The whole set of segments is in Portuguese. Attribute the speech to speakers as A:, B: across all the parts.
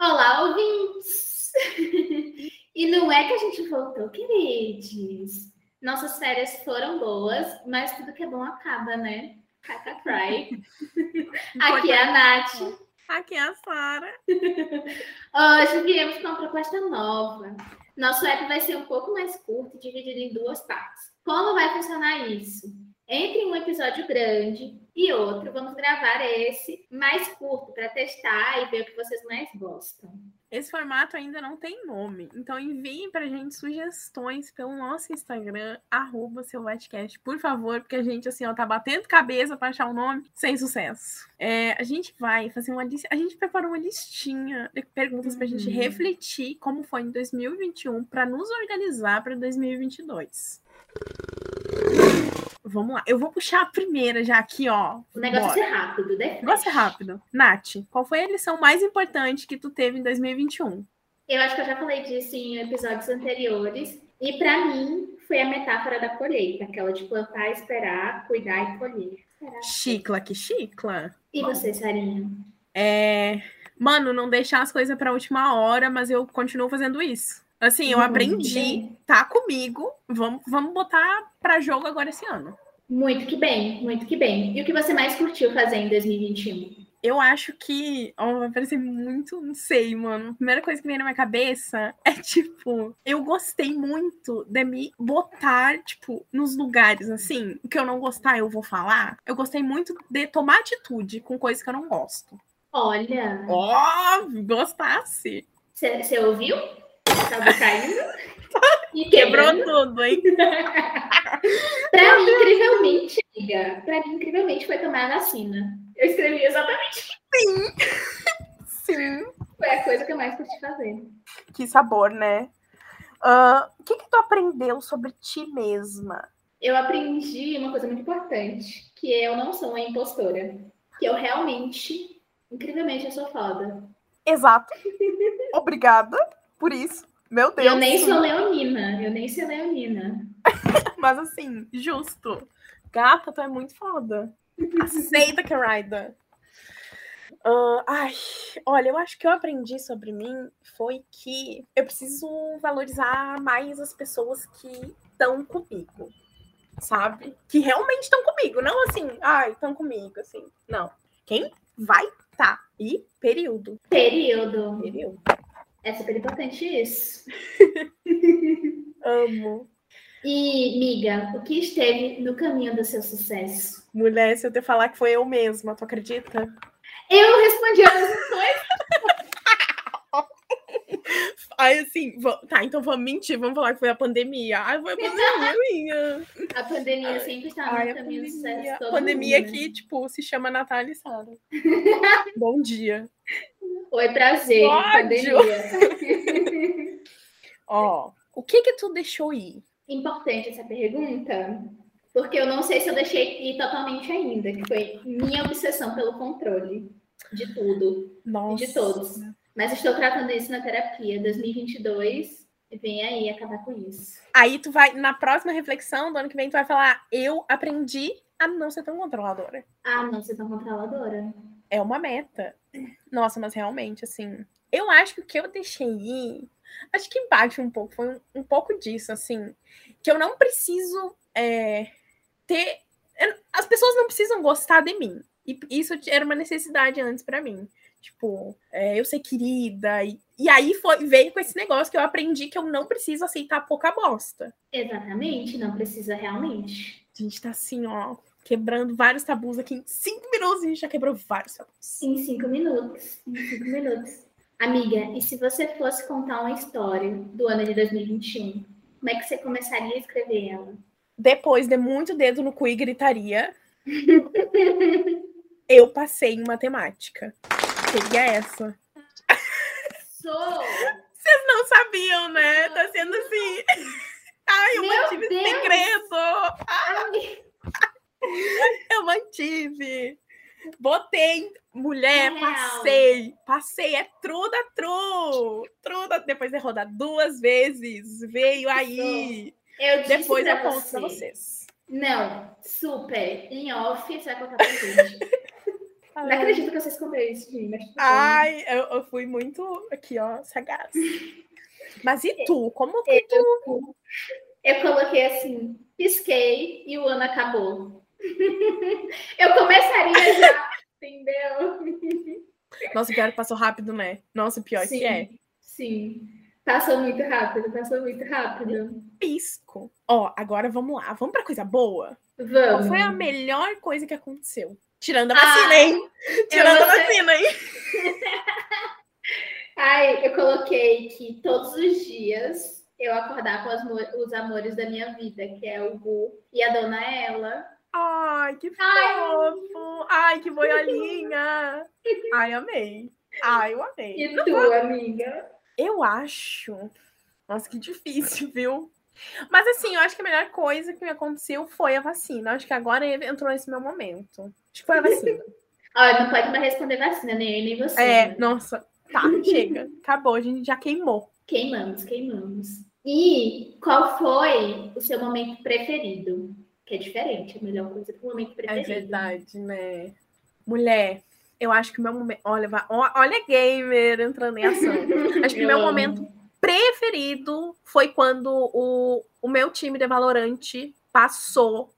A: Olá, ouvintes! E não é que a gente voltou, queridos. Nossas férias foram boas, mas tudo que é bom acaba, né? Caca Fry. Aqui é a Nath.
B: Aqui é a Sara.
A: Hoje viemos com uma proposta nova. Nosso app vai ser um pouco mais curto, dividido em duas partes. Como vai funcionar isso? Entre um episódio grande e outro, vamos gravar esse mais curto para testar e ver o que vocês mais gostam.
B: Esse formato ainda não tem nome, então enviem pra gente sugestões pelo nosso Instagram, arroba seu podcast, por favor, porque a gente, assim, ó, tá batendo cabeça pra achar o nome sem sucesso. É, a gente vai fazer uma lista, a gente preparou uma listinha de perguntas pra
A: Uhum.
B: gente refletir como foi em 2021 pra nos organizar pra 2022. Vamos lá, eu vou puxar a primeira já aqui, ó.
A: O negócio
B: Bora.
A: é rápido, né?
B: Negócio é rápido. Nath, qual foi a lição mais importante que tu teve em 2021?
A: Eu acho que eu já falei disso em episódios anteriores. E para mim, foi a metáfora da colheita, aquela de plantar, esperar, cuidar e colher. Esperar.
B: Chicla, que chicla.
A: E você, Sarinha?
B: É, mano, não deixar as coisas pra última hora, mas eu continuo fazendo isso. Assim, eu
A: Muito
B: aprendi,
A: bem.
B: tá comigo, vamos, vamos botar pra jogo agora esse ano.
A: Muito que bem, muito que bem. E o que você mais curtiu fazer em 2021?
B: Eu acho que, ó, vai parecer muito, não sei, mano. A primeira coisa que vem na minha cabeça é, tipo, eu gostei muito de me botar, tipo, nos lugares, assim, o que eu não gostar eu vou falar. Eu gostei muito de tomar atitude com coisas que eu não gosto.
A: Olha,
B: Ó, gostasse!
A: você ouviu? Tava caindo e
B: Tá Quebrou
A: quebrando.
B: tudo, hein?
A: Pra mim, incrivelmente, amiga, pra mim, incrivelmente, foi tomar a vacina. Eu escrevi exatamente.
B: Sim.
A: Foi a coisa que eu mais curti fazer.
B: Que sabor, né? Ah, O que, que tu aprendeu sobre ti mesma?
A: Eu aprendi uma coisa muito importante, que é eu não sou uma impostora. Que eu realmente, incrivelmente, eu sou foda.
B: Exato. Obrigada por isso. Meu Deus.
A: Eu nem sou leonina, eu nem sou leonina.
B: Mas assim, justo. Gata, tu é muito foda. Aceita, Karaida. Ah, ai, olha, eu acho que eu aprendi sobre mim foi que eu preciso valorizar mais as pessoas que estão comigo, sabe? Que realmente estão comigo, não assim, ai, estão comigo, assim. Não. Quem vai tá. E período.
A: Período.
B: Período.
A: É super importante isso.
B: Amo.
A: E, miga, o que esteve no caminho do seu sucesso?
B: Mulher, se eu te falar que foi eu mesma, tu acredita?
A: Eu respondi a mesma coisa.
B: Aí assim, va- tá, então vamos mentir, vamos falar que foi a pandemia. Ai, foi a pandemia.
A: A pandemia sempre está
B: Ai,
A: no
B: a
A: caminho do sucesso. de
B: pandemia.
A: todo
B: Pandemia
A: mundo, né?
B: que, tipo, se chama Natália e Sara. Bom dia.
A: Oi, prazer,
B: Ódio.
A: pandemia.
B: Ó, o que que tu deixou ir?
A: Importante essa pergunta, porque eu não sei se eu deixei ir totalmente ainda, que foi minha obsessão pelo controle de tudo
B: Nossa.
A: e de todos. Mas estou tratando isso na terapia. 2022, vem aí acabar com isso.
B: Aí tu vai, na próxima reflexão do ano que vem, tu vai falar, eu aprendi a não ser tão controladora.
A: Ah, não, você tão controladora.
B: É uma meta. Nossa, mas realmente, assim, eu acho que o que eu deixei ir, acho que bate um pouco, foi um, um pouco disso, assim, que eu não preciso é, ter. eu- as pessoas não precisam gostar de mim. E isso era uma necessidade antes pra mim. Tipo, é, eu ser querida. E, e aí foi, veio com esse negócio que eu aprendi que eu não preciso aceitar pouca bosta.
A: Exatamente, não precisa realmente.
B: A gente tá assim, ó, quebrando vários tabus aqui. Em cinco minutos a gente já quebrou vários tabus.
A: Em cinco minutos. Em cinco minutos. Amiga, e se você fosse contar uma história do ano de 2021, como é que você começaria a escrever ela?
B: depois de muito dedo no cu e gritaria, eu passei em matemática. Seria essa.
A: Sou!
B: Vocês não sabiam, né? Tá sendo assim. Ai, eu
A: Meu
B: mantive esse
A: Deus!
B: segredo!
A: Ah,
B: Eu mantive. Botei. Mulher,
A: Real.
B: passei. Passei. É true da true. True da... Depois de rodar duas vezes. Veio aí.
A: Eu disse
B: Depois
A: pra
B: eu conto
A: você.
B: pra vocês.
A: Não, super. Em off, você vai contar pra gente. Não acredito que você escondeu isso de mim, mas tudo bem.
B: Ai, eu, eu fui muito aqui, ó, sagaz. Mas e tu? Como que tu?
A: Eu coloquei assim, pisquei e o ano acabou. eu começaria já, entendeu?
B: Nossa, pior que passou rápido, né? Nossa, pior que é.
A: Sim. Passou muito rápido, passou muito rápido.
B: Pisco. Ó, agora vamos lá. Vamos pra coisa boa? Qual
A: Vamos.
B: foi a melhor coisa que aconteceu? Tirando a
A: Ah,
B: vacina, hein? Tirando a
A: não sei.
B: vacina, hein?
A: Ai, eu coloquei que todos os dias eu acordar com as mo- os amores da minha vida, que é o Gu e a dona Ela.
B: Ai, que
A: Ai.
B: fofo! Ai, que boiolinha! Ai, amei. Ai, eu amei.
A: E tu, amiga?
B: Eu acho. Nossa, que difícil, viu? Mas assim, eu acho que a melhor coisa que me aconteceu foi a vacina. Eu Acho que agora entrou nesse meu momento. Acho que foi a vacina.
A: Olha, não pode mais responder vacina, nem eu nem você.
B: É,
A: né?
B: nossa, tá, chega. Acabou, a gente já queimou.
A: Queimamos, queimamos. E qual foi o seu momento preferido? Que é diferente, a melhor coisa que o momento preferido.
B: É verdade, né? Mulher, eu acho que o meu momento. Olha, va- ó- olha, gamer entrando em ação. Acho que o
A: Eu
B: meu
A: amo.
B: momento preferido foi quando o, o meu time de Valorante passou.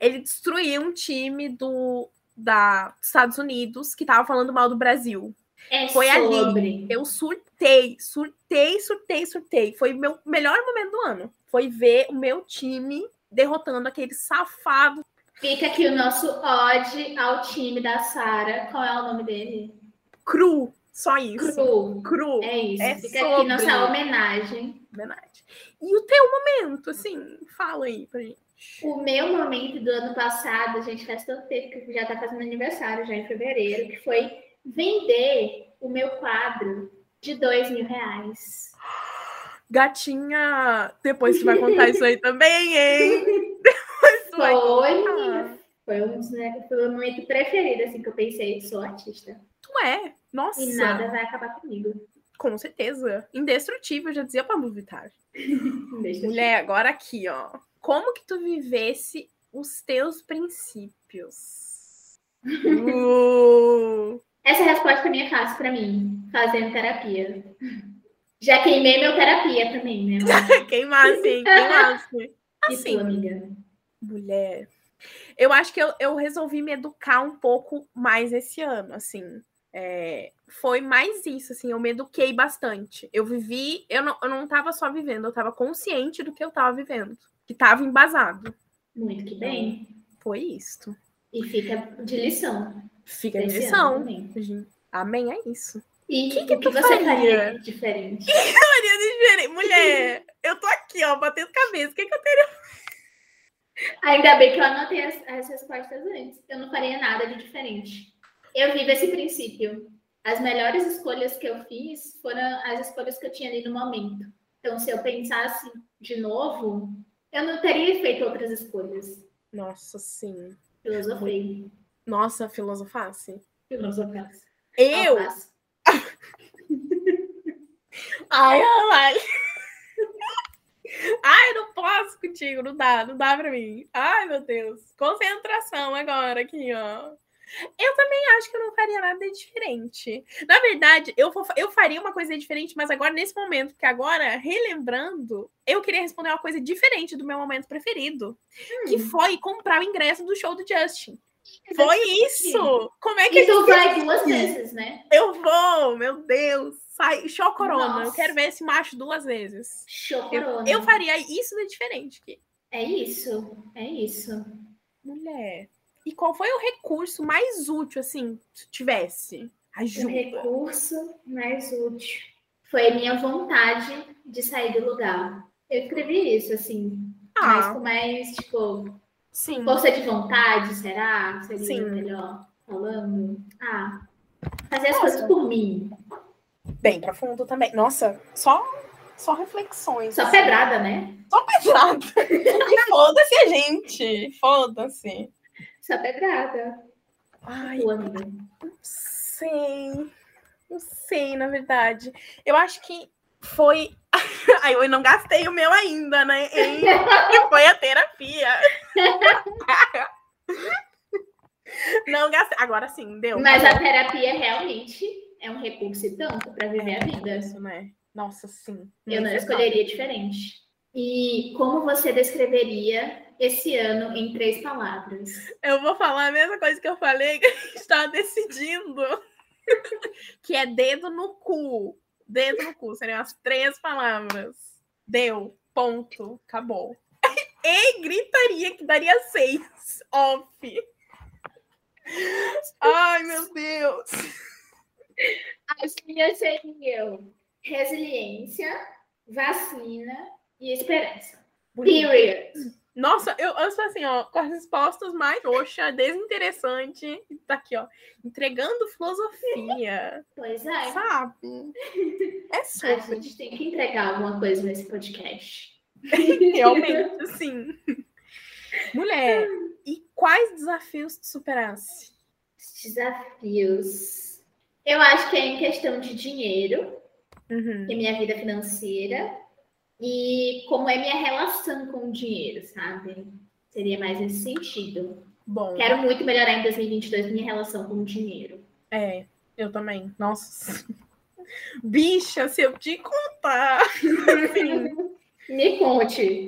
B: Ele destruiu um time do da, dos Estados Unidos que tava falando mal do Brasil.
A: É
B: Foi ali.
A: sobre.
B: Eu surtei, surtei, surtei, surtei. Foi o meu melhor momento do ano. Foi ver o meu time derrotando aquele safado.
A: Fica aqui o nosso ode ao time da Sara. Qual é o nome dele?
B: cru. Só isso.
A: Cru.
B: Cru.
A: É isso.
B: É
A: Fica aqui
B: sobre.
A: nossa homenagem.
B: Homenagem. E o teu momento, assim, fala aí pra gente.
A: O meu momento do ano passado, gente, faz tanto tempo que já tá fazendo aniversário, já em fevereiro, que foi vender o meu quadro de dois mil reais.
B: Gatinha, depois tu vai contar isso aí também, hein? Depois
A: é
B: tu vai contar.
A: Foi, menina. Foi um dos né, foi o momento preferido, assim, que eu pensei, sou artista.
B: Tu é. Nossa.
A: E nada vai acabar comigo.
B: Com certeza. Indestrutível, já dizia Pablo Vittar.
A: Deixa eu-
B: Mulher, agora aqui, ó. Como que tu vivesse os teus princípios? Uh,
A: Essa resposta também é fácil pra mim, fazendo terapia. Já queimei meu terapia também, né?
B: queimasse, hein? Queimasse.
A: E
B: Assim,
A: tu, amiga?
B: Mulher. Eu acho que eu, eu resolvi me educar um pouco mais esse ano, assim. É, foi mais isso, assim, eu me eduquei bastante. Eu vivi, eu não, eu não tava só vivendo, eu tava consciente do que eu tava vivendo, que tava embasado.
A: Muito que bem.
B: Foi isto.
A: E fica de lição.
B: Fica a
A: desse ano
B: lição.
A: também.
B: Gente, Amém, é isso.
A: E o que,
B: que tu
A: você faria
B: faria?
A: de diferente?
B: Maria do Gerê- Mulher, eu tô aqui, ó, batendo cabeça. O que, que eu tenho?
A: Ainda bem que eu anotei as, as respostas antes. Eu não faria nada de diferente. Eu vivo esse princípio. As melhores escolhas que eu fiz foram as escolhas que eu tinha ali no momento. Então, se eu pensasse de novo, eu não teria feito outras escolhas.
B: Nossa, sim.
A: Filosofei.
B: Nossa, filosofasse.
A: Filosofei.
B: Eu?
A: Alface.
B: Ai, ai, ai. Ai, eu não posso contigo, não dá, não dá pra mim. Ai, meu Deus. Concentração agora aqui, ó. Eu também acho que eu não faria nada diferente. Na verdade, eu, vou, eu faria uma coisa diferente, mas agora, nesse momento, porque agora, relembrando, eu queria responder uma coisa diferente do meu momento preferido, que foi comprar o ingresso do show do Justin. Foi isso! Como é que
A: E tu
B: gente-
A: vai duas vezes, né?
B: eu vou, meu Deus. Sai, show corona. Eu
A: Nossa.
B: quero ver esse macho duas vezes.
A: Show
B: Eu,
A: corona.
B: eu faria isso de diferente. Que...
A: É isso, é isso.
B: Mulher. E qual foi o recurso mais útil, assim, se tivesse?
A: O
B: Ajuda.
A: um recurso mais útil foi a minha vontade de sair do lugar. Eu escrevi isso, assim, mas
B: Ah,
A: com mais, tipo,
B: sim.
A: força de vontade, será? Seria
B: Sim.
A: melhor falando? Ah, fazer as
B: Nossa.
A: coisas por mim.
B: Bem profundo também. Nossa, só, só reflexões.
A: Só pedrada, né?
B: Só pedrada. Ai, Foda-se a gente. Foda-se.
A: Só pedrada.
B: Ai, então.
A: Tua amiga.
B: sei. Não sei, na verdade. Eu acho que foi. Aí eu não gastei o meu ainda, né? hein? Que foi a terapia. Não gastei. Agora sim, deu.
A: Mas a
B: Acabou.
A: terapia realmente é um recurso e tanto para viver a vida.
B: Isso, né? Nossa, sim.
A: Eu não
B: Muito
A: escolheria diferente. E como você descreveria esse ano em três palavras?
B: Eu vou falar a mesma coisa que eu falei que a gente tava decidindo. que é dedo no cu. Dedo no cu, seriam as três palavras. Deu, ponto, acabou. E gritaria que daria seis. Off. Ai, meu Deus.
A: As minhas seriam resiliência, vacina e esperança. Period.
B: Nossa, eu, eu sou assim, ó, com as respostas mais roxa, desinteressante. Tá aqui, ó. Entregando filosofia.
A: Pois é.
B: Sabe? É
A: A
B: sobre.
A: gente tem que entregar alguma coisa nesse podcast.
B: Realmente, assim. Mulher, e quais desafios te superasse?
A: Desafios. Eu acho que é em questão de dinheiro
B: Uhum.
A: e minha vida financeira e como é minha relação com o dinheiro, sabe? Seria mais nesse sentido.
B: Bom,
A: Quero muito melhorar em 2022 minha relação com o dinheiro.
B: é, eu também. Nossa. Bicha, se eu te contar. Assim,
A: Me conte.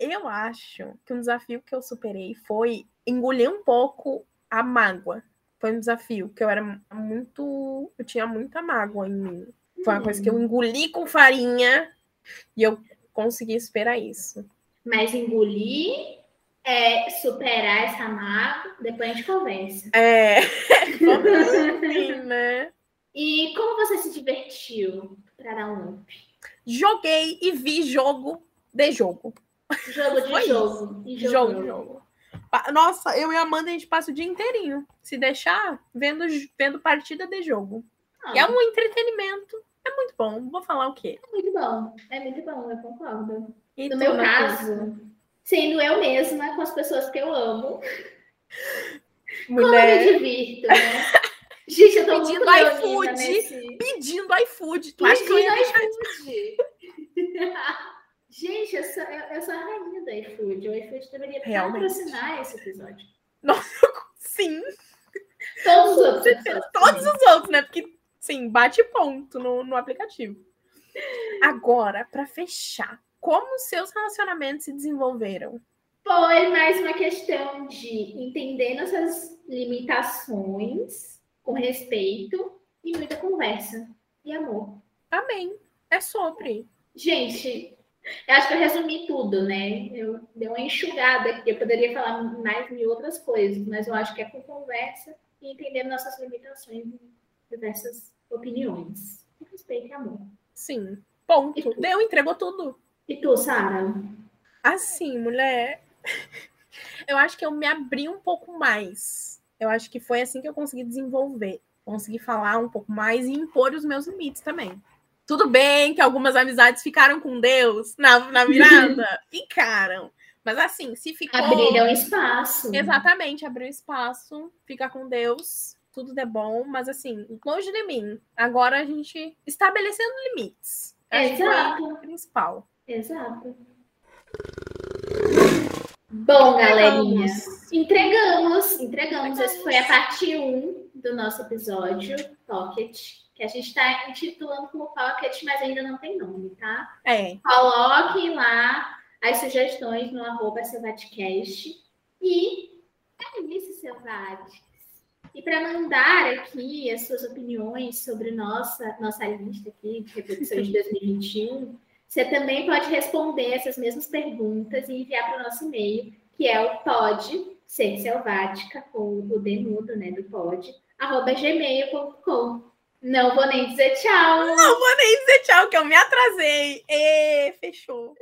B: eu acho que um desafio que eu superei foi engolir um pouco a mágoa. Foi um desafio que eu era muito. Eu tinha muita mágoa em mim. Foi uma coisa que eu engoli com farinha e eu consegui superar isso.
A: Mas engolir, é, superar essa mágoa, depois a gente conversa.
B: É, vamos assim, né?
A: E como você se divertiu para dar um up?
B: Joguei e vi jogo de jogo.
A: Jogo de
B: Foi
A: jogo. E
B: Jogo, jogo. Pa- Nossa, eu e a Amanda, a gente passa o dia inteirinho. Se deixar, vendo, j- vendo partida de jogo.
A: Ah,
B: E é um entretenimento. É muito bom. Vou falar o quê?
A: muito bom. É muito bom, eu concordo.
B: E
A: No
B: tu,
A: meu
B: Então, Matheus?
A: caso, sendo eu mesma com as pessoas que eu amo, como eu
B: mulher
A: me divirto, né? Gente, eu tô
B: Pedindo
A: muito leonina
B: iFood.
A: nesse-
B: pedindo iFood. Tu acha que eu ia
A: Pedindo iFood.
B: deixar
A: Gente, eu sou, eu, eu sou a rainha do iFood. O iFood deveria
B: Realmente.
A: patrocinar esse episódio.
B: sim
A: Todos os outros. episódios.
B: todos os outros, né? Porque, sim, bate ponto no, no aplicativo. Agora, pra fechar, como seus relacionamentos se desenvolveram?
A: Foi mais uma questão de entender nossas limitações com respeito e muita conversa e amor.
B: Amém. É sobre.
A: Gente, eu acho que eu resumi tudo, né? Eu dei uma enxugada aqui, eu poderia falar mais mil outras coisas, mas eu acho que é com conversa e entender nossas limitações e diversas opiniões. Com Respeito e amor.
B: Sim. Ponto.
A: E tu?
B: Deu, entregou tudo.
A: E tu, Sara?
B: Assim, mulher. Eu acho que eu me abri um pouco mais. Eu acho que foi assim que eu consegui desenvolver. Consegui falar um pouco mais e impor os meus limites também. Tudo bem que algumas amizades ficaram com Deus na, na virada. ficaram. Mas assim, se ficou.
A: Abriram um espaço.
B: Exatamente, abrir o espaço, ficar com Deus, tudo é bom, mas assim, longe de mim. Agora a gente estabelecendo limites. Acho que foi
A: Exato.
B: o principal.
A: Exato. Bom, galerinha.
B: Vamos.
A: Entregamos, entregamos. Essa foi a parte 1 do nosso episódio Pocket, que a gente está intitulando como Pocket, mas ainda não tem nome, tá?
B: É,
A: Coloquem lá as sugestões no arroba Selvadcast. E é isso, Selvades. E para mandar aqui as suas opiniões sobre nossa, nossa lista aqui de reflexões de 2021, você também pode responder essas mesmas perguntas e enviar para o nosso e-mail, que é o pode ser selvática, com o denudo, né, do pod, arroba gmail.com. Não vou nem dizer tchau!
B: é Não vou nem dizer tchau, que eu me atrasei. Ê, fechou.